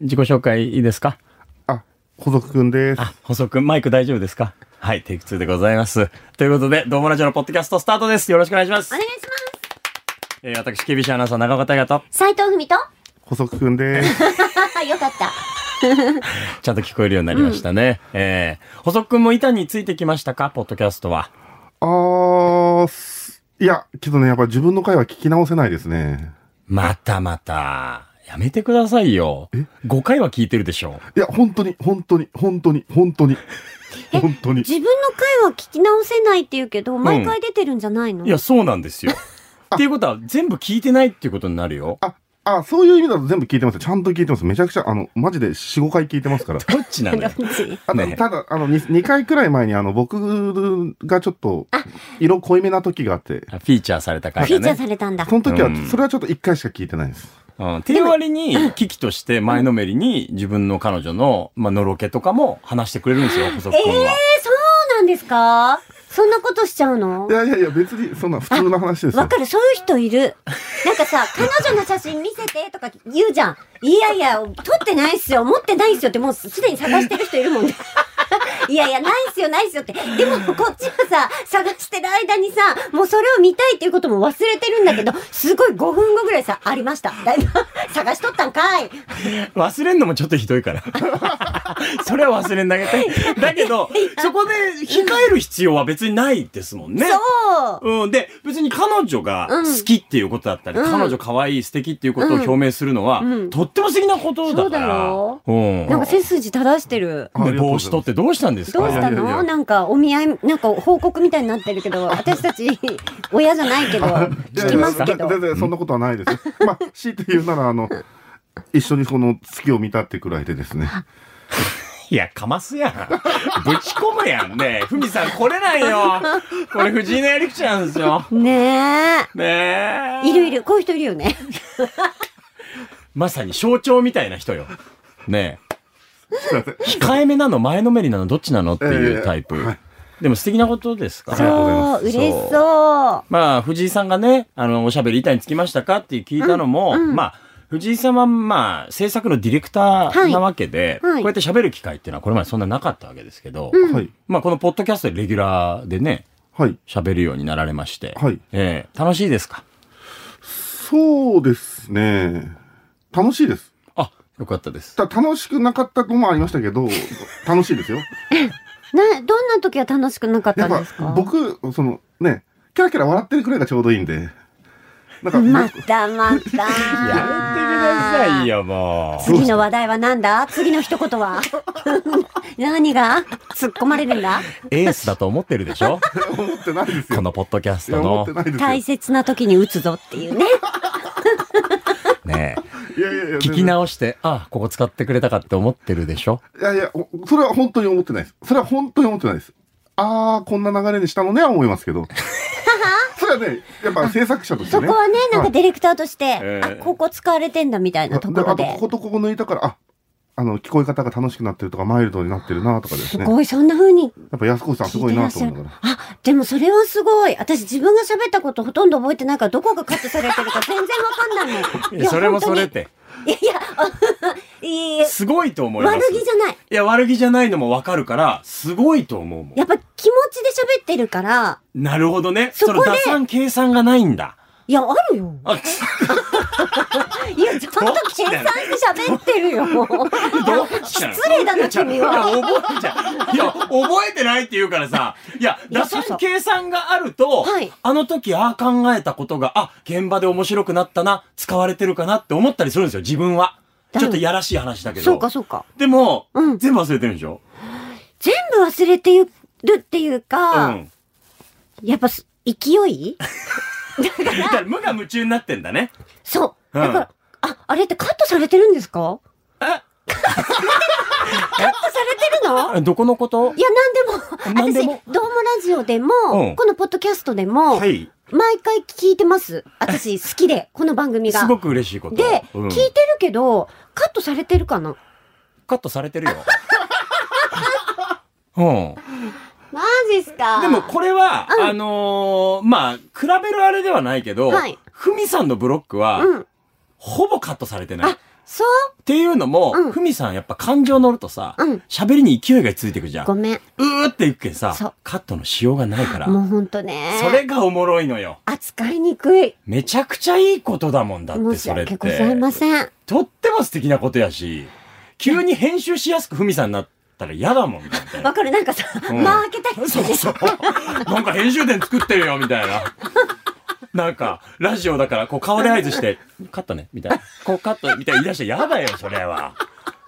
自己紹介いいですかあ、細くくんです。あ、細くん、マイク大丈夫ですかはい、テイク2でございます。ということで、どうもラジオのポッドキャストスタートです。よろしくお願いしまおす願い。しますえー、私、KBC アナウンサー長岡大和と、斉藤文と細くくんです。 よかった。ちゃんと聞こえるようになりましたね。えー、細くんも板についてきましたかポッドキャストは。あーす、いや、けどね、やっぱ自分の回は聞き直せないですね。またまた。やめてくださいよ。5回は聞いてるでしょ。いや、本当に、本当に、本当に、本当に、本当に。自分の回は聞き直せないって言うけど、毎回出てるんじゃないの、いや、そうなんです よ。っていうことは、全部聞いてないっていうことになるよ。あ、あ、そういう意味だと全部聞いてます。ちゃんと聞いてます。めちゃくちゃ、あの、マジで4、5回聞いてますから。どっち なの よ。あねとただ、あの2、2回くらい前に、あの、僕がちょっと、色濃いめな時があって、あフィーチャーされた回フィだーチね。ャーされたんだ。その時はうん、それはちょっと1回しか聞いてないです。うん、っていう割に、 危機として前のめりに自分の彼女の、まあ、のろけとかも話してくれるんですよ、細くえー、君は。そうなんですかそんなことしちゃうのいやいやいや、別に、そんな普通の話ですよわ。かる、そういう人いる。なん かさ、彼女の写真見せてとか言うじゃん。いやいや、撮ってないっすよ、持ってないっすよってもうすでに探してる人いるもんね。 いやいや、ないっすよ、ないっすよって。でも、こっちはさ、探してる間にさ、もうそれを見たいっていうことも忘れてるんだけど、すごい5分後ぐらいさ、ありました。だいぶ、探しとったんかい。忘れんのもちょっとひどいから。 それは忘れんだけ ど。だけど、そこで控える必要は別にないですもんね。そううん、で、別に彼女が好きっていうことだったり、うん彼女可愛い素敵っていうことを表明するのは、うんとっても素敵なことだから。そうだなんか背筋正してる。ありがとうございん。ます帽子取ってどうしたんですかどうしたいやいやいのやなんか、お見合い、なんか報告みたいになってるけど、私たち、親じゃな いけど、聞きますけいやどいや。全然そんなことはない ですよ。まあ、強いて言うなら、あの、一緒にその月を見たってくらいでですね。いや、かますやん。 ぶち込むやんねえ。ふみさん来れないよ。これ藤井のやり口なんですよ。ねねえ。え。いるいる、こういう人いるよね。まさに象徴みたいな人よ。ねすいません。え。控えめなの、前のめりなの、どっちなのっていうタイプ。ええはいでも素敵なことですから。りがとうございまそう、す嬉しそまあ、藤井さんがね、あの、おしゃべり板につきましたかって聞いたのも、まあ、藤井さんは、まあ、制作のディレクターなわけで、はいはこいうやって喋る機会っていうのはこれまでそんななかったわけですけど、はい。まあ、このポッドキャストでレギュラーでね、はい。喋るようになられまして、はいええ楽しいですかそうですね。楽しいです。あ、よかったです。た楽しくなかったのもありましたけど、楽しい ですよ。う。な、どんな時は楽しくなかっやたっんですぱか、僕、その、ね、キャラキャラ笑ってるくらいがちょうどいいんで。なんか、またまやた。めてくださいよ、もう。次の話題は何だ次の一言は何が突っ込まれるんだエースだと思ってるでし ょ 思ってないですこよ。のポッドキャスいや、ト思っのて。ないですよ。大切な時に打つぞっていうね。ねえいやいやいや、聞き直して、あ、ここ使ってくれたかって思ってるでしょいやいや、おそれは本当に思ってないです。それは本当に思ってないです。あー、こんな流れにしたのね、は思いますけど。それはね、やっぱ制作者としてそね。こはね、なんかディレクターとして、えあ、ここ使われてんだみたいはないところあと、でこ。ことここ抜いたから、あ、あの、聞こえ方が楽しくなってるとか、マイルドになってるなとかですすね。ごい、そんな風にやっぱ安子さんす聞ごいいてらなっとしゃ思るうから。。あ、でもそれはすごい。私自分が喋ったことほとんど覚えてないから、どこがカットされてるか全然わかんない もん。いやそれもそれっ。て。本当にいやいやあ、いいえすごいと思います。悪気じゃない。いや、悪気じゃないのもわかるから、すごいと思うもん。やっぱ気持ちで喋ってるから、なるほどね。そそこので打算計算がないんだ。いや、あるよ。あ、いや、ちゃんと計算して喋ってるよ。どうしたの失礼だな君はいや、覚えちゃう。いや、覚えてないって言うからさ。いや、いや打そうそ算う計算があるとはい、あの時ああ考えたことが、あ、現場で面白くなったな、使われてるかなって思ったりするんですよ、自分は。だちよょっとやらしい話だけど。そうか、そうか。でも、うん全部忘れてるんでしょ全部忘れてるっていううか、ん。やっぱす勢いだかだら、から無我夢中になってんだね。そうう。んだから、あ、あれってカットされてるんですか えカットされてるのあどこのこといや、なんでも、何でも私、どうもラジオでも、うんこのポッドキャストでも、い。毎回聞いてます。私、好きで、この番組が。すごく嬉しいこと。で、うん聞いてるけど、カットされてるかなカットされてるよ。 うん。マジっすかでもこれは、うんあのーまあ、比べるあれではないけどはい、ふみさんのブロックは、うん。ほぼカットされてない。あそうっていうのもうん、ふみ、さんやっぱ感情乗るとさうん、喋、りに勢いがついてくじゃん。ごうめん。ーっていくけんそうさ、カットのしようがないから。もうほんとね。それがおもろいのよ。扱いにくい。めちゃくちゃいいことだもんだって、申しそれって。訳ございません。とっても素敵なことやし、急に編集しやすくふみさんになったら嫌だもんだって。わかるなんかさ、うん間開けたい。 そうそう。なんか編集点作ってるよ、みたいな。なんか、ラジオだから、こう顔で合図して、カットね、みたいな。こうカット、みたいな言い出して、やだよ、それは。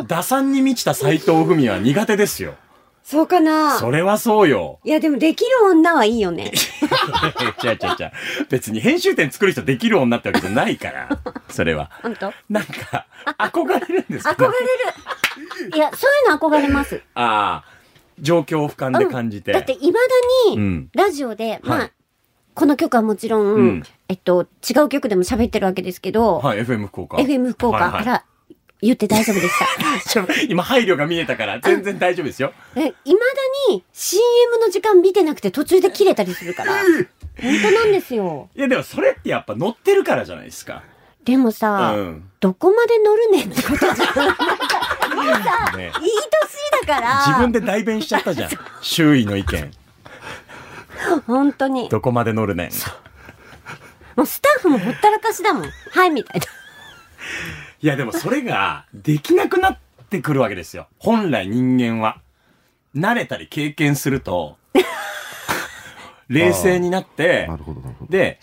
打算に満ちた斎藤文は苦手ですよ。そうかなそれはそうよ。いやでもできる女はいいよね。ちゃちゃちゃ。別に編集点作る人できる女ってわけじゃないから、それは。ほんとなんか、憧れるんです 憧れる。いや、そういうの憧れます。ああ、状況を俯瞰で感じて。だって、未だうに、ん。ラジオで、まはあい、この曲はもちろうんん、えっと、違う曲でも喋ってるわけですけど、はい、FM 福岡。 FM 福岡はいはかいら言って大丈夫でした。 ちょ今配慮が見えたから全然大丈夫ですよ。 え、未だに CM の時間見てなくて途中で切れたりするから。本当なんですよ。いやでもそれってやっぱ乗ってるからじゃないですか。でもうさ、ん。どこまで乗るねんってこ とじゃん。なんかもうさ、ねいい年だから。自分で代弁しちゃったじゃん。 周囲の意見。本当に。どこまで乗るねん。もうスタッフもほったらかしだもん。はい、みたいな。いやでもそれができなくなってくるわけですよ。本来人間は。慣れたり経験すると、冷静になってな、るほど、なるほど。で、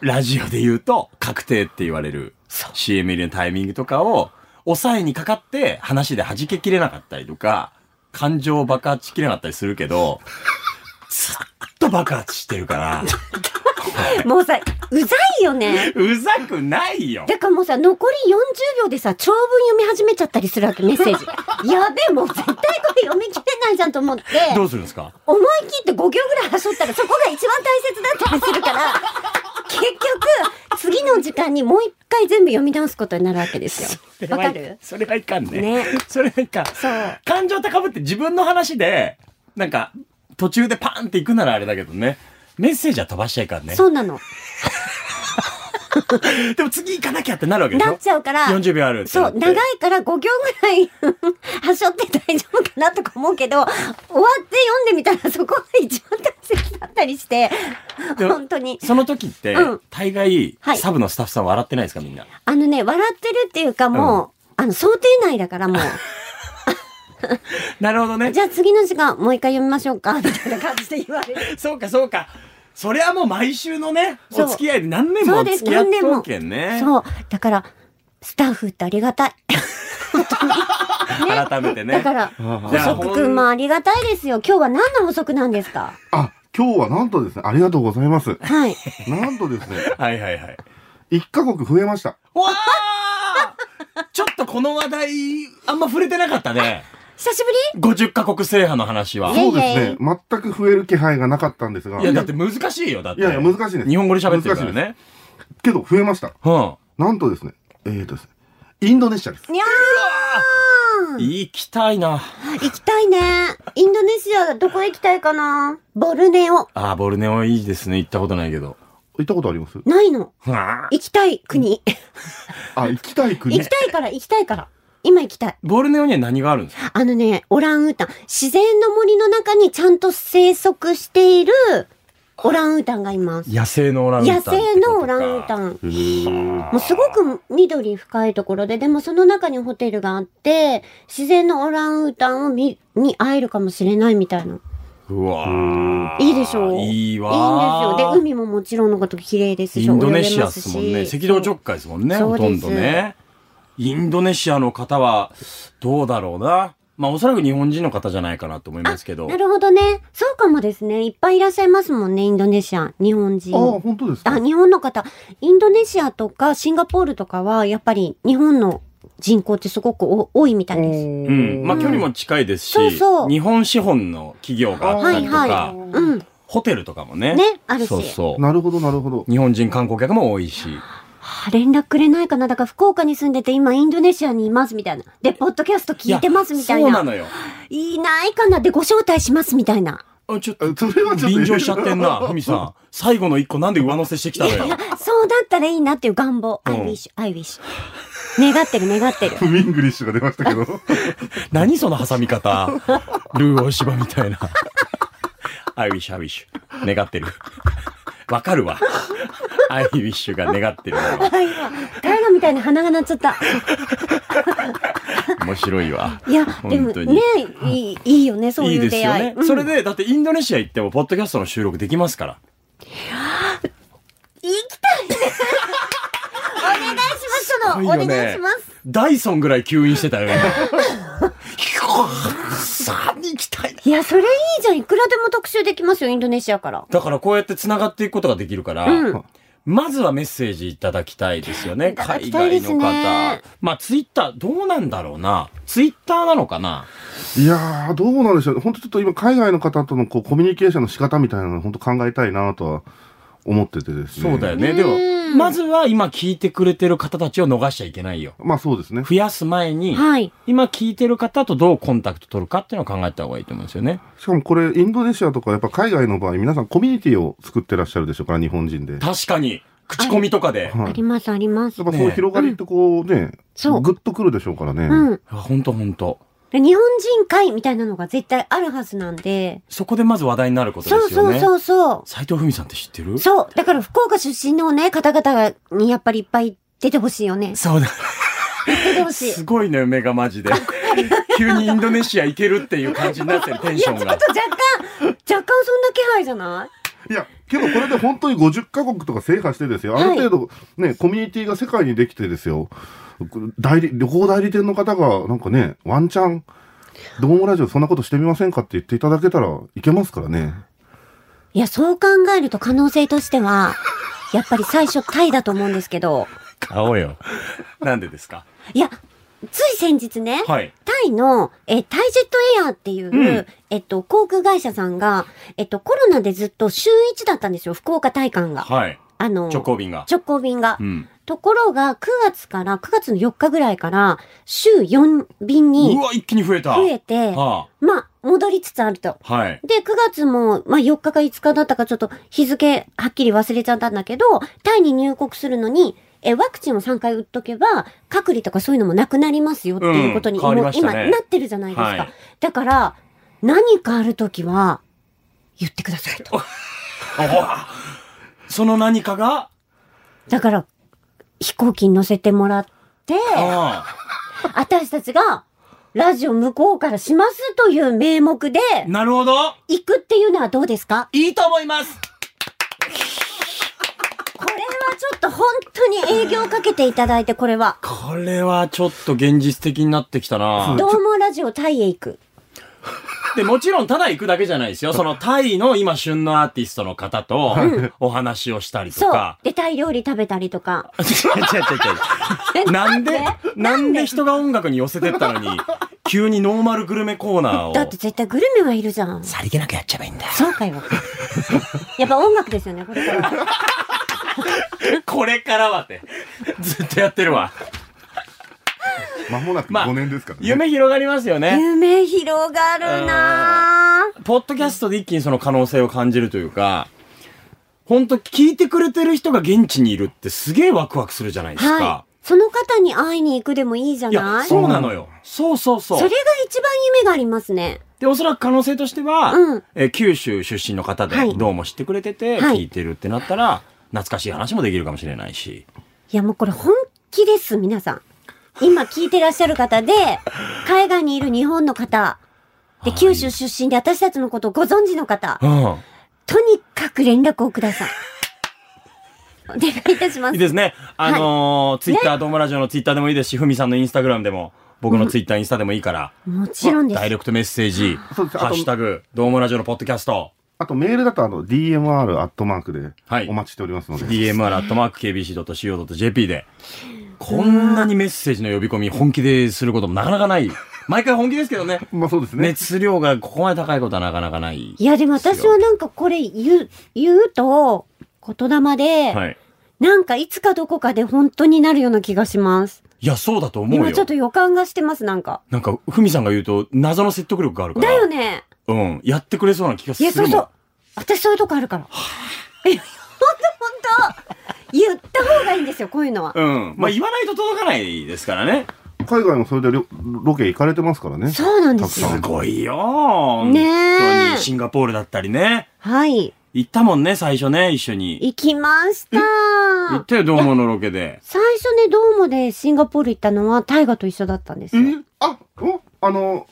ラジオで言うと、確定って言われるそう CM 入れのタイミングとかを、抑えにかかって話で弾けきれなかったりとか、感情を爆発しきれなかったりするけ ど、ずっと爆発してるから、もうさ、うざいよね。うざくないよだからもうさ、残り40秒でさ、長文読み始めちゃったりするわけ、メッセージ。 やべえ、もう絶対これ読み切れないじゃんと思って。どうするんですか思い切って5行ぐらい走ったらそこが一番大切だったりす るから、結局、次の時間にもう一回全部読み直すことになるわけですよ。わかるそれはいかんね。ねそれはいかん。そう。感情高ぶって自分の話で、なんか、途中でパーンっていくならあれだけどね。メッセージは飛ばしちゃいかんね。そうなの。でも次行かなきゃってなるわけでしょなっちゃうから、 40秒あるってそなうっ、て長いから5行ぐらい 端折って大丈夫かなとか思うけど、終わって読んでみたらそこが一番大切だったりして、でも本当に。その時って、うん大概はい、サブのスタッフさん笑ってないですか、みんな。あのね、笑ってるっていうかもう、あの、想定内だからも う、なるほどねじ。ゃあ次の時間もう一回読みましょうか、みたいな感じで言われる。そうか、そうか。それはもう毎週のね、そうお付き合いで何年そもうおで付すき合っとうけんね。そう。だから、スタッフってありがたい。改めてね。だから、いや細くくんもありがたいですよ。今日は何の補足なんですかあ、今日はなんとですね、ありがとうございます。はい。なんとですね、はいはいはい。一カ国増えました。わあ ちょっとこの話題、あんま触れてなかったね。久しぶ50カ国制覇の話は。えそういえいですね、全く増える気配がなかったんですが、いや、だって難しいよ、だって。いやいや難しいです日本語で喋ってるから難ね。けど増えました。うん。なんとですね、えーとですね、インドネシアです。りにゃー行きたいな。行きたいね。インドネシアどこ行きたいかなボルネオ。あー、ボルネオいいですね。行ったことないけど。行ったことありますないの。はあ行きたい国。あ、行きたい国。行きたいから、行きたいから。今行きたい。ボルネオには何があるんですかあのね、オランウータン。自然の森の中にちゃんと生息しているオランウータンがいます。野生のオランウータン野ってことか。生のオランウータン。へーもうすごく緑深いところで、でもその中にホテルがあって、自然のオランウータンを見、に会えるかもしれないみたいな。うわーいいでしょういいいわーいんですよ。で、海ももちろんのこと綺麗ですし、インドネシアですもん泳げね。ます赤し道直下ですもんね、そうほでとすんどね。インドネシアの方は、どうだろうな。まあ、おそらく日本人の方じゃないかなと思いますけどな。るほどね。そうかもですね。いっぱいいらっしゃいますもんね、インドネシア。日本あ人。ー、本当ですかあ、日本の方。インドネシアとかシンガポールとかは、やっぱり日本の人口ってすごくお多いみたいです。うん。まあ、距離も近いですし、そうそう日本資本の企業があっはたりいとはい。か、うん。ね、ホテルとかもね。あるし。そうそう。なるほど、なるほど。日本人観光客も多いし。あ連絡くれないかなだから福岡に住んでて今インドネシアにいますみたいな。で、ポッドキャスト聞いてますみたいやな。そうなのよ。いないかなで、ご招待しますみたいな。あちょっあと、それはちょっと。便乗しちゃってん な、 ふみさん。最後の一個なんで上乗せしてきたのいよや。そうだったらいいなっていう願望。I うん wish, I wish. 願ってる願って る。ウィングリッシュが出ましたけど。何その挟み方。ルー大芝みたいな。I wish, I wish. 願ってる。わかるわ。I wish が願ってるわ。はい。タイガみたいな鼻が鳴っちゃった。面白いわ。いや、でも本当にね、いいいいよね、そういいいうです出よ会い。ねう。んそれで、だってインドネシア行っても、ポッドキャストの収録できますから。行きたいねお願いします。その、おいよね願いします。ダイソンぐらい吸引してたよ、 今。ひこさあ、行きたいな。いや、それいいじゃん。いくらでも特集できますよ、インドネシアから。だからこうやって繋がっていくことができるから、うんまずはメッセージいただきたいですよね、いただ海きたい外でのす方。ねまあ、ツイッター、どうなんだろうな。ツイッターなのかないやー、どうなんでしょう。本当ちょっと今、海外の方とのこうコミュニケーションの仕方みたいなの、本当考えたいなとは思っててですね。そうだよね。でも、まずは今聞いてくれてる方たちを逃しちゃいけないよ。まあそうですね。増やす前に、はい。今聞いてる方とどうコンタクト取るかっていうのを考えた方がいいと思うんですよね。しかもこれ、インドネシアとか、やっぱ海外の場合、皆さんコミュニティを作ってらっしゃるでしょうから、日本人で。確かに、口コミとかで。はいあります、ありますやっ。ぱそう広がりってこうね、そうぐっとくるでしょうからね。うん。あほんとほんと。で日本人会みたいなのが絶対あるはずなんで。そこでまず話題になることでそうすよそうね。そうそ斉藤文さんって知ってるう。そう。だから福岡出身のね、方々にやっぱりいっぱい出てほしいよ ね。そうだ。出てほしい。すごいね、目がマジで。急にインドネシア行けるっていう感じにな ってる、テンションちょっが。と若干、若干そんな気配じゃないいや、けどこれで本当に50カ国とか制覇してですよ。はあいる程度、ね、コミュニティが世界にできてですよ。代理、旅行代理店の方が、なんかね、ワンチャン、ドームラジオそんなことしてみませんかって言っていただけたらいけますからね。いや、そう考えると可能性としては、やっぱり最初タイだと思うんですけど、買おうよ。なんでですかいや、つい先日ね、はい。タイの、えータイジェットエアーっていう、うんえっと、航空会社さんが、えっと、コロナでずっと週1だったんですよ、福岡体感が。はい。あの、直行便が。直行便が。うん。ところが、9月から、9月の4日ぐらいから、週4便うにわ、一気に増えた。増えて、はまあ、戻りつつあると。あ、はい。で、9月も、まあ、4日か5日だったか、ちょっと日付はっきり忘れちゃったんだけど、タイに入国するのに、え、ワクチンを3回打っとけば、隔離とかそういうのもなくなりますよっていうことに、うん変わりもうました今ねなってるじゃないですか。はいだから、何かあるときは、言ってくださいと。あほらその何かが、だから、飛行機に乗せてもらって、あ私たちが、ラジオ向こうからしますという名目で、あなるほど。行くっていうのはどうですかいいと思います。これはちょっと本当に営業かけていただいて、これは。これはちょっと現実的になってきたな。どうもラジオタイへ行く。で、もちろんただ行くだけじゃないですよ。そのタイの今旬のアーティストの方とお話をしたりとそうか。。で、タイ料理食べたりとか。違う違う違う違う。 なんでなん、なんで人が音楽に寄せてったのに、急にノーマルグルメコーナだっーてを。絶対グルメはいるじゃん。さりげなくやっちゃえばいいんだよ。そ うかよ。やっぱ音楽ですよね、これから。これからはって。ずっとやってるわ。まもなくまあ5年ですからね。夢広がりますよね。夢広がるなぁ。ポッドキャストで一気にその可能性を感じるというか、ほんと聞いてくれてる人が現地にいるってすげえワクワクするじゃないですか。はい。その方に会いに行くでもいいじゃいやな、いそうなのよ。そうそうそう。それが一番夢がありますね。で、おそらく可能性としては、うんえー九州出身の方ではい、どうも知ってくれてて、はい聞いてるってなったら、懐かしい話もできるかもしれないし。いや、もうこれ本気です、皆さん。今聞いてらっしゃる 方で、海外にいる日本の方、で、はい九州出身で私たちのことをご存知の方、うん。とにかく連絡をください。 お願いいたしまいいす。ですね。あのーツイッター、ドームラジオのツイッターでもいいですし、ふみさんのインスタグラムでも、僕のツイッター、インスタでもいいから、もちろんですダイ。レクトメッセージ、そうですあとハッシュタグ、ドームラジオのポッドキャスト、あとメールだと、あの、DMR アットマークではいお待ちしておりますので。 DMR アットマーク KBC.CO.JP で、こんなにメッセージの呼び込み、本気ですることもなかなかない。毎回本気ですけど ね。まあそうですね。熱量がここまで高いことはなかなかない。いや、でも私はなんかこれ言う、言うと、言霊で、はい。なんかいつかどこかで本当になるような気がします。いや、そうだと思う今よちょっ。と予感がしてます、なんか。なんか、ふみさんが言うと、謎の説得力があるから。だよね。うん。やってくれそうな気がすいるもや、ん。そうそう。私そういうとこあるから。え、ほんとほんと。言った方がいいんですよ、こういうのは。うん。まあ、言わないと届かないですからね。海外もそれでロロケ行かれてますからね。そうなんですよたくさすんごいよ。本ねえ当に。シンガポールだったりね。はい。行ったもんね、最初ね、一緒に。行きました。行ったよ、どうものロケで。最初ね、ドームでシンガポール行ったのは、大河と一緒だったんですよ。あ、おあの、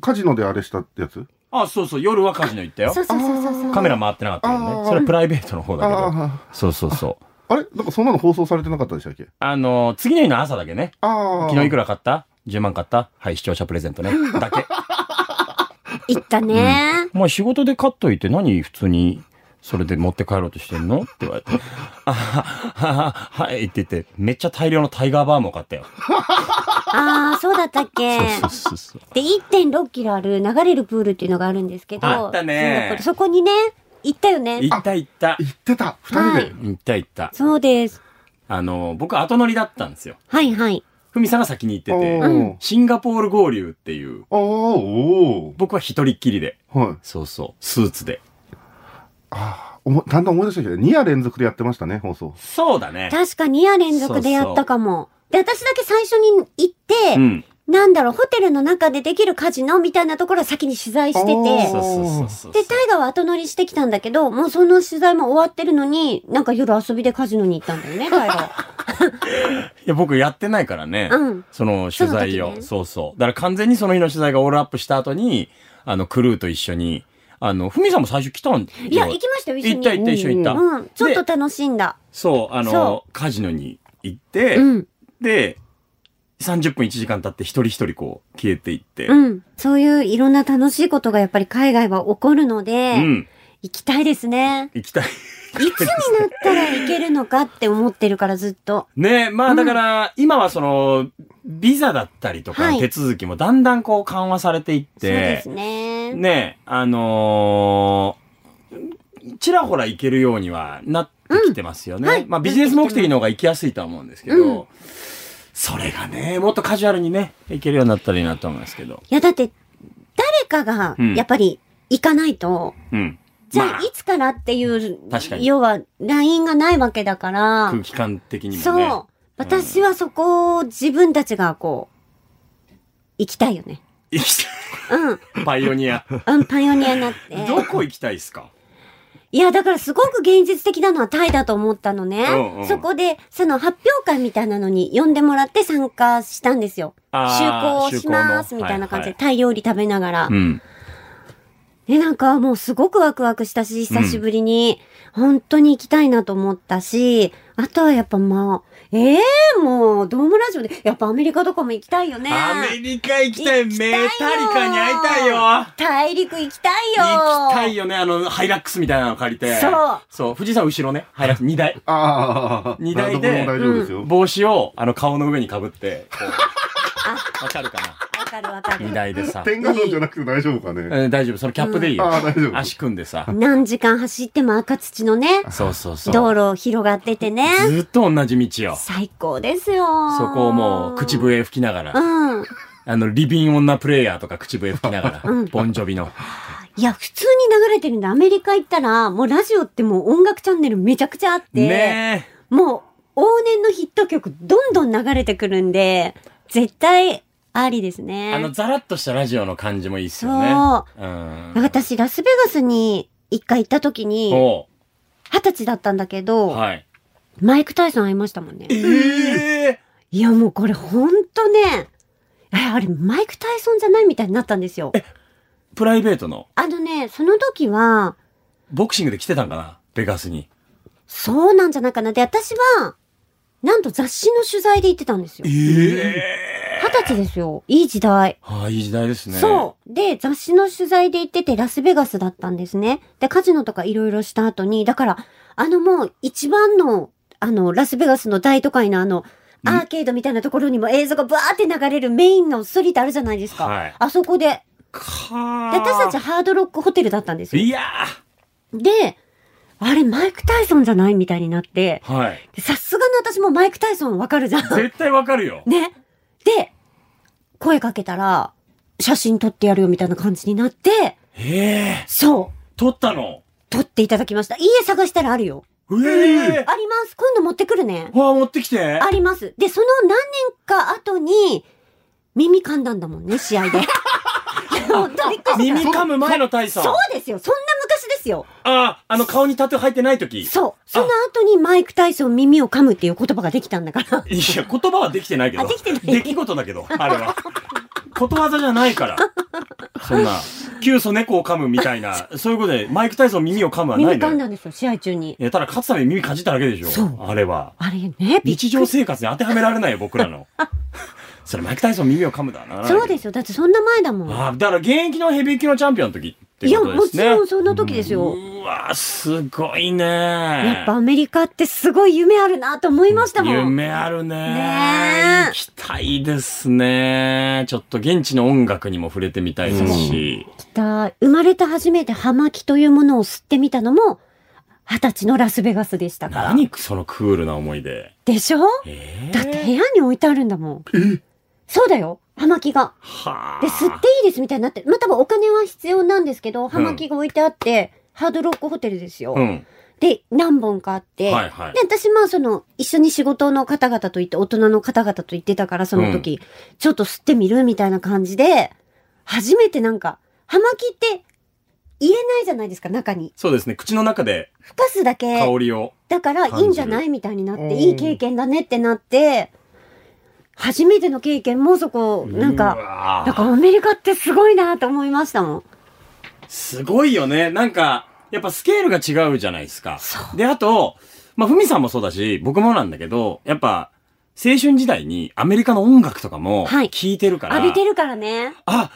カジノであれしたってやつあ、そうそう、夜はカジノ行ったよそ。うそうそうそうそう。カメラ回ってなかったけどあーね。それはプライベートの方だけど。あそうそうそう。あ。あれなんかそんなの放送されてなかったでしたっけあの、次の日の朝だけね。ああ。昨日いくらら買った ?10 万買ったはい、視聴者プレゼントね。だけ。行ったね。お前仕事で買っといて何普通にそれで持って帰ろうとしてんのって言われて。あはは、はいって言って、めっちゃ大量のタイガーバームを買ったよ。ああ、そうだったっけ。そうそうそうそう。で、1.6キロある流れるプールっていうのがあるんですけど、あったねシンガポールそこにね、行ったよね。行った行った。行ってた二人はいで。行った行った。そうです。あの、僕後乗りだったんですよ。はいはい。ふみさんが先に行っておて、ーシンガポール合流っていう、あーお僕は一人っきりで。ーはい。そうそう。スーツで。おもだんだん思い出してきたけど、2夜連続でやってましたね、放送。そうだね。確か2夜連続でやったかも。で、私だけ最初に行って、うん。なんだろう、ホテルの中でできるカジノみたいなところを先に取材しておそーて、うそうそうそう。で、タイガは後乗りしてきたんだけど、もうその取材も終わってるのに、なんか夜遊びでカジノに行ったんだよね、 タイガは。いや、僕やってないからね。うんその取材その時を。ねそうそう。だから完全にその日の取材がオールアップした後に、あの、クルーと一緒に、あの、ふみさんも最初来たんいや、行きましたよ、一緒行に。った行った一緒に行った。うん、ちょっとで楽しんだ。そう、あのそ、カジノに行って、うん、で、30分1時間経って一人一人こう消えていって。うん。そういういろんな楽しいことがやっぱり海外は起こるので、うん行きたいですね。行きたい。 いつになったら行けるのかって思ってるからずっと。ねまあだから、今はその、ビザだったりとかはのい手続きもだんだんこう緩和されていっそうでてす、ね。ねえ、あのーちらほら行けるようにはなってきてますよね。うんはいまあビジネス目的の方が行きやすいとは思うんですけど、うそれがね、もっとカジュアルにね、行けるようになったらいいなと思いますけど。いや、だって、誰かがうん、やっぱり、行かないと、うん。じゃまあ、いつからっていう、確かに要は、LINE がないわけだから、空気感的にもね。そう。私はそこを自分たちが、こう、行きたいよね。行きたうん。い。 パイオニア。うん、パイオニアになって。 どこ行きたいですかいや、だからすごく現実的なのはタイだと思ったのね。うんうんそこで、その発表会みたいなのに呼んでもらって参加したんですよ。あー就航します就航みのたいな感じで、はタイ料理食べながら。うん。ね、なんかもうすごくワクワクしたし、久しぶりに、本当に行きたいなと思ったし、あとはやっぱまあ、ええもう、ドームラジオで、やっぱアメリカとかも行きたいよね。アメリカ行きたい。行きたいよメタリカに会いたいよ。大陸行きたいよ行きたいよね。あの、ハイラックスみたいなの借りて。そう。そう。富士山後ろね。ハイラックス2台。ああ。二台で大丈夫ですよ。帽子をあの顔の上にかぶって、こうわかるかなわかるわかる荷。台でさ。天下丼じゃなくて大丈夫かね。うん、大丈夫、そのキャップでいいよあ。あ、大丈夫。足組んでさ。何時間走っても赤土のね、そうそうそう。道路広がっててね。ずっと同じ道よ。最高ですよ。そこをもう口。笛吹きながうら、ん。あの、リビン女プレイヤーとか口笛吹きながら、 ボンジョビの。いや、普通に流れてるんで、アメリカ行ったら、もうラジオってもう音楽チャンネルめちゃくちゃあって、ねえ。もう往年のヒット曲どんどん流れてくるんで、絶対ありですね。あの、ザラッとしたラジオの感じもいいっすよね。。そうん。私、ラスベガスに一回行った時に、お二十歳だったんだけど、うはい。マイク・タイソン会いましたもんね。ええいや、もうこれほんとね、えあれ、マイク・タイソンじゃないみたいになったんですよ。プライベートのあのね、その時は、ボクシングで来てたんかなベガスに。そうなんじゃないかな。で、私は、なんと雑誌の取材で行ってたんですよ。え二え十歳ですよ。いい時代。はあ、いい時代ですね。そう。で、雑誌の取材で行ってて、ラスベガスだったんですね。で、カジノとかいろいろした後に、だから、あのもう一番の、あの、ラスベガスの大都会のあの、アーケードみたいなところにも映像がバーって流れるメインのストリートあるじゃないですか。はいあそこで。かで、私たちハードロックホテルだったんですよ。いやで、あれ、マイク・タイソンじゃないみたいになって、ーはい。でさすがの私もマイク・タイソンわかるじゃん。絶対わかるよ。ね。で、声かけたら、写真撮ってやるよみたいな感じになって、へえ、そう、撮ったの。撮っていただきました。家探したらあるよ。ええあります。今度持ってくるね。わあ、持ってきて。あります。で、その何年か後に、耳噛んだんだもんね、試 合で。本当びっくり耳した。噛む前の大佐そう。ですよ。そんな昔ですよ。ああ、あの顔にタトゥー入ってない時。そう。その後にマイク・タイソン耳を噛むっていう言葉ができたんだから。いや、言葉はできてないけど。あできてない出来事だけど、あれは。ことわざじゃないから。そんな、急須猫を噛むみたいな、そういうことで、マイク・タイソン耳を噛むはな耳いの噛んよ。だんですよ、試合中い。にや、ただ勝つために耳かじっただけでしょ。そうあれは。あれね、びっ日常生活に当てはめられ ないよ、僕らの。それ、マイク・タイソン耳を噛むだな。そうですよ。だってそんな前だもん。ああ、だから現役のヘビー級のチャンピオンの時っていいうや、こともですちね。ろんその時ですよ。うわ、すごいね。ややっぱアメリカってすごい夢あるなと思いましたもん。夢あるねねえ行きたいですねちょっと現地の音楽にも触れてみたいですし、だ生まれて初めて葉巻というものを吸ってみたのも、二十歳のラスベガスでしたから。何そのクールな思い出でしょええだって部屋に置いてあるんだもん。そうだよ。葉巻が。はあで、吸っていいですみたいになって、まあ、多分お金は必要なんですけど、葉巻が置いてあって、ハードロックホテルですよ。うんで、何本かあって、はいはいで、私まあその、一緒に仕事の方々と行って、大人の方々と行ってたから、その時、ちょっと吸ってみるみたいな感じで、初めてなんか、葉巻って言えないじゃないですか、中に。そうですね口の中で吹かすだけ。香りを、だからい感じるいんじゃないみたいになっうんて、いい経験だねってなって、初めての経験もそこ、なんうか、わあなんかアメリカってすごいなと思いましたもん。すごいよねなんかやっぱスケールが違うじゃないですかであとまあふみさんもそうだし僕もなんだけどやっぱ青春時代にアメリカの音楽とかもはい聴いてるから、浴びてるからね。あ、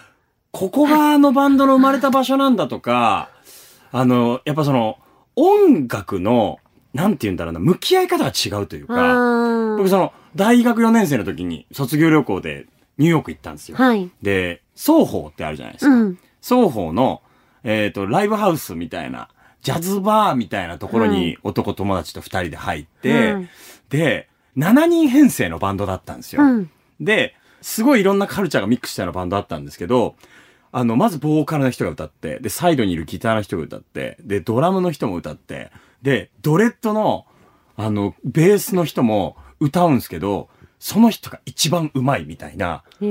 ここがあのバンドの生まれた場所なんだとか、あの、やっぱその、音楽の、なんて言うんだろうな、向き合い方が違うというあか、僕ーその、大学4年生の時に卒業旅行でニューヨーク行ったんですよ。はい。で、双方ってあるじゃないですうか。ん。双方の、えっ、と、ライブハウスみたいな、ジャズバーみたいなところに男友達と二人で入って、うんで、7人編成のバンドだったんですよ。うん。で、すごいいろんなカルチャーがミックスしたようなバンドだったんですけど、あの、まずボーカルの人が歌って、で、サイドにいるギターの人が歌って、で、ドラムの人も歌って、で、ドレッドの、あの、ベースの人も歌うんですけど、その人が一番うまいみたいな、もう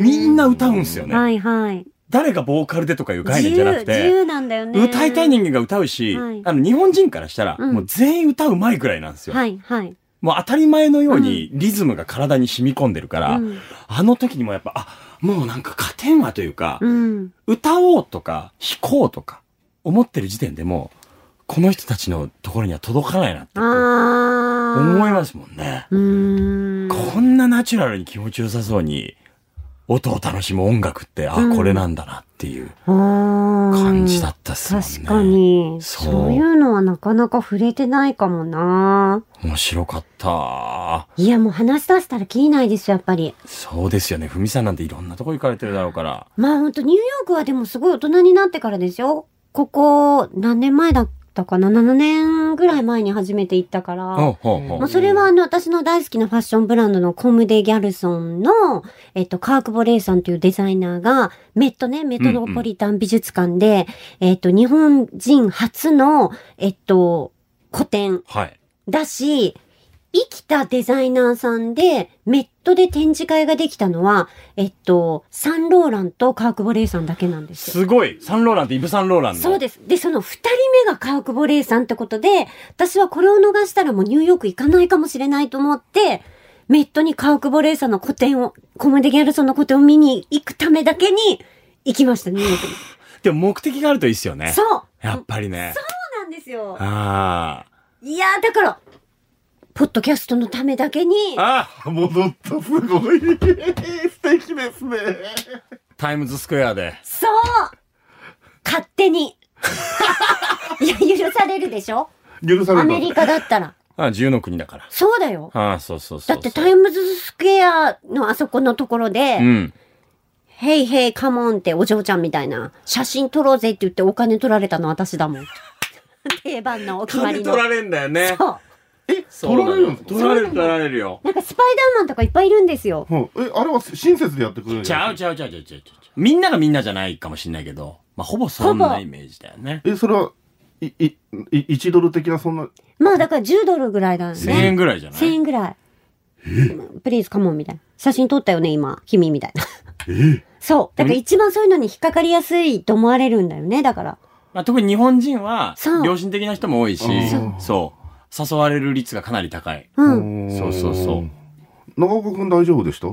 みんな歌うんですよね。はいはい。誰がボーカルでとかいう概念じゃなく自由、自て、由なんだよね。歌いたい人間が歌うし、はいあの、日本人からしたら、うんもう全員歌うまいぐらいなんですよ。はいはい。もう当たり前のようにリズムが体に染み込んでるから、うんあの時にもやっぱ、あ、もうなんか加点はというか、うん。歌おうとか、弾こうとか、思ってる時点でもう、この人たちのところには届かないなって、ああ。思いますもんね。うーん。こんなナチュラルに気持ちよさそうに、音を楽しむ音楽って、あ、うんこれなんだなっていう感感じだったっすもんね。確か。に。そうそういうのはなかなか触れてないかもな。面白かった。いや、もう話し出したらきりないですよ、やっぱり。そうですよね。ふみさんなんていろんなとこ行かれてるだろうから。まあほんとニューヨークはでもすごい大人になってからですよ。ここ、何年前だったかな ?7 年ぐらい前に初めて行ったから。ほうほうほもうう。それはあの、私の大好きなファッションブランドのコムデ・ギャルソンの、えっと、カーク・ボレイさんというデザイナーが、メットね、メトロポリタン美術館で、えっと、日本人初の、えっと、個展はい。だし、生きたデザイナーさんで、メットで展示会ができたのは、えっと、サンローランとカーク・ボレイさんだけなんですよ。すごいサンローランってイブ・サンローランの。そうです。で、その二人目がカークボレイさんってことで、私はこれを逃したらもうニューヨーク行かないかもしれないと思って、メットにカークボレイさんの個展を、コメデギャルソンの個展を見に行くためだけに行きました、ニューヨークに。でも目的があるといいっすよね。そうそうやっぱりね。なんですよ。あいやー、だから、ポッドキャストのためだけに、あ。あ戻った、すごい。素敵ですね。タイムズスクエアで。そう勝手に。 いや、許されるでしょ許されアた。メリカだったら。ああ、自由の国だから。そうだよ。ああ、そうそうそだうそう。ってタイムズスクエアのあそこのところで、うん。ヘイヘイカモンってお嬢ちゃんみたいな、写真撮ろうぜって言ってお金取られたの私だもん。 定番のお決まり金の取。られんだよね。そうえ、そう取られるんなのですか取られる、取られるよ。なんかスパイダーマンとかいっぱいいるんですよ。はいえ、あれは親切でやってくれるんちじゃゃなういちゃうちゃうちゃうちゃうちゃう。みんながみんなじゃないかもしれないけど、まあ、ほぼそんほなぼイメージだよね。え、それは、い、い、い1ドル的なそんな、まあだから10ドルぐらいだよ1000円ね。ぐらいじゃない1000円ぐらい。プリーズカモンみたいな。写真撮ったよね、今。君みたいな。そう。だから一番そういうのに引っかかりやすいと思われるんだよね、だから。まあ、特に日本人はそう、良心的な人も多いしうん、そう。誘われる率がかなり高い。うん。そうそうそう。長岡くん大丈夫でしたへ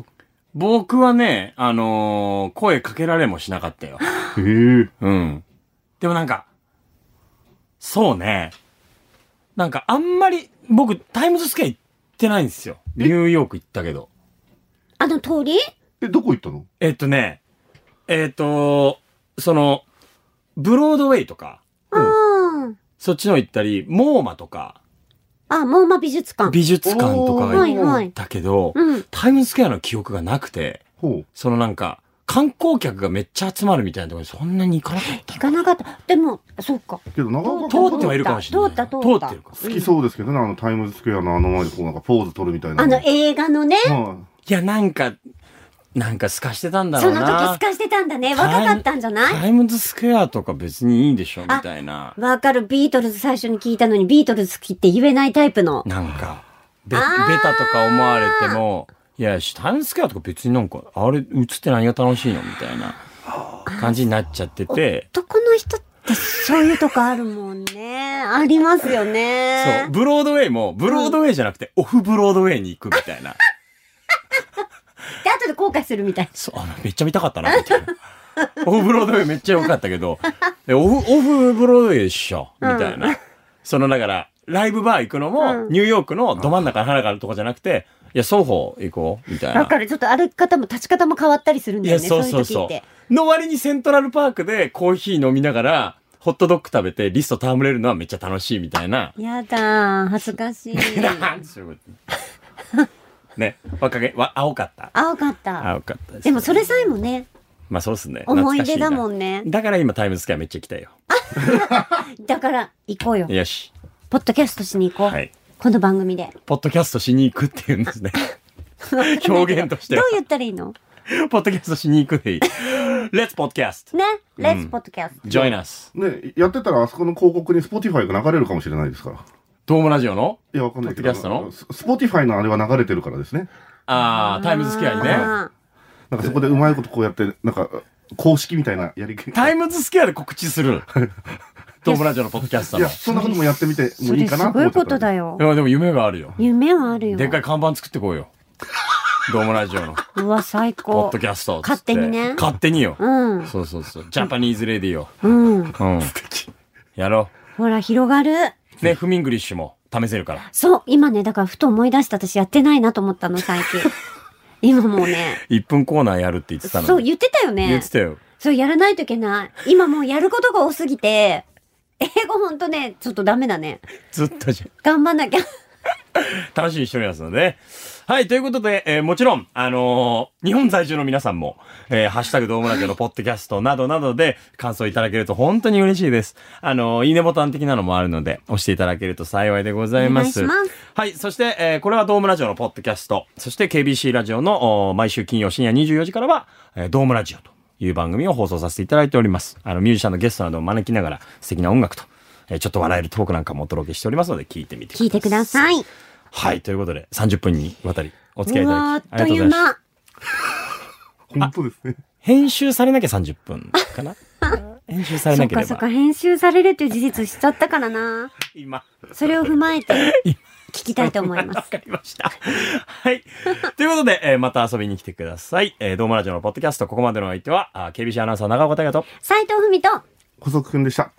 僕はね、あのー声かけられもしなかったよ。え。うん。でもなんか、そうね。なんかあんまり、僕、タイムズスケア行ってないんですよ。ニューヨーク行ったけど。あの通りえ、どこ行ったのえっとね、えっと、その、ブロードウェイとか、うん。そっちの行ったり、モーマとか、あ、モーマ美術館。美術館とかおがー行はいはいっ。たけど、うん。タイムズスクエアの記憶がなくて、ほう。そのなんか、観光客がめっちゃ集まるみたいなところにそんなに行かなかった行。かなかった。でも、そっか。けど長岡くん通ってはいるかもしれない。通った通っ通たってるかも好きそうですけどね、あのタイムズスクエアのあの前でこうなんかポーズ取るみたいな。あの映画のね、はいや、なんか、なんか透かしてたんだろそうのな。時透かしてたんだね。若かったんじゃないタイムズスクエアとか別にいいでしょ、みたいな。わかる。ビートルズ最初に聞いたのにビートルズ好きって言えないタイプの。なんか、べ、あベータとか思われても、いや、タイムズスクエアとか別になんか、あれ映って何が楽しいのみたいな感じになっちゃってて、男の人ってそういうとこあるもんね。 ありますそよう、ね。ブロードウェイも、ブロードウェイじゃなくて、オフブロードウェイに行くみたいな。で、後で後悔するみたい。そう、あの、めっちゃ見たかったな、みた いな。オフブロードウェイめっちゃ良かったけど、でオフ、オフブロードウェイっしょ、みたいな。その、だから、ライブバー行くのも、うんニューヨークのど真ん中の花からとかじゃなくて、いや、双方行こう、みたいわな。かる。ちょっと歩き方も立ち方も変わったりするんいだよや、ね。そそううそいうう時そって。う。の割にセントラルパークでコーヒー飲みながら、ホットドッグ食べてリスト戯れるのはめっちゃ楽しいみたいな。やだー。恥ずかしい。 ね、若げ、わ、青かった。青かった。青かったです。でもそれさえもね、まあそうっすね。思い出だもね。んね。だから今タイムズスクエアめっちゃ行きたいよ。だから、行こうよ。よし。ポッドキャストしに行こう。はいこの番組で。ポッドキャストしに行くっていうんです ね。表現としてどはう言ったらいいのポッドキャストしに行くでいい。Let's podcast. ね。Let's podcast. Join us. ね、やってたらあそこの広告に Spotify が流れるかもしれないですから。ドームラジオのいや、わかんないけポど。ッドキャストのス Spotify のあれは流れてるからですね。ああ、タイムズスクエアにね。あなんかそこでうまいことこうやって、なんか、公式みたいなやり方。タイムズスクエアで告知す る。ドームラジオのポッドキャストいの。や、いそんなこともやってみてーもそいいれかすなとご思っいてたことだよ。や、でも夢があるよ。夢はあるよ。でっかい看板作ってこうよ。ドームラジ オのうわ、最ポ高ッド。キャストっつって。勝手にね勝手によ。うん。そうそうそう。ジャパニーズレディオ。うん。うん。 やろほら、広がる。う。で、フミングリッシュも試せるから。そう、今ね、だからふと思い出した私やってないなと思ったの、最 近。今もうね。 1分コーナーやるって言ってたのに。そう、言ってたよ言ねって。たよ。そう、やらないといけない。今もうやることが多すぎて、英語ほんとね、ちょっとダメだね。ずっとじゃ。頑張んなきゃ。楽しみにしておりますので、ね。はい、ということで、えーもちろん、あのー日本在住の皆さんも、えーハッシュタグドームラジオのポッドキャストなどなどで感想いただけると本当に嬉しいです。あのーいいねボタン的なのもあるので、押していただけると幸いでございます。お願いしますはい、そして、えーこれはドームラジオのポッドキャスト、そして KBC ラジオのお毎週金曜深夜24時からは、えードームラジオという番組を放送させていただいております。あの、ミュージシャンのゲストなどを招きながら、素敵な音楽と、えーちょっと笑えるトークなんかもお届けしておりますので、聞いてみてくださ聞いてください。はい、ということで、30分にわたりお付き合いういたわ、あだっき、ありとがとういごうざいました。間。本当ですね。編集されなきゃ30分か な編集されそなっけれかそっか、ば。編集されるという事実しちゃったからな。今。それを踏まえて今聞きたいと思いまわ す。かりました。はい。ということで、えーまた遊びに来てください。えー、ドームラジオのポッドキャスト、ここまでのお相手は、あー KBC アナウンサー長岡大和と、斉藤文と補足くんでした。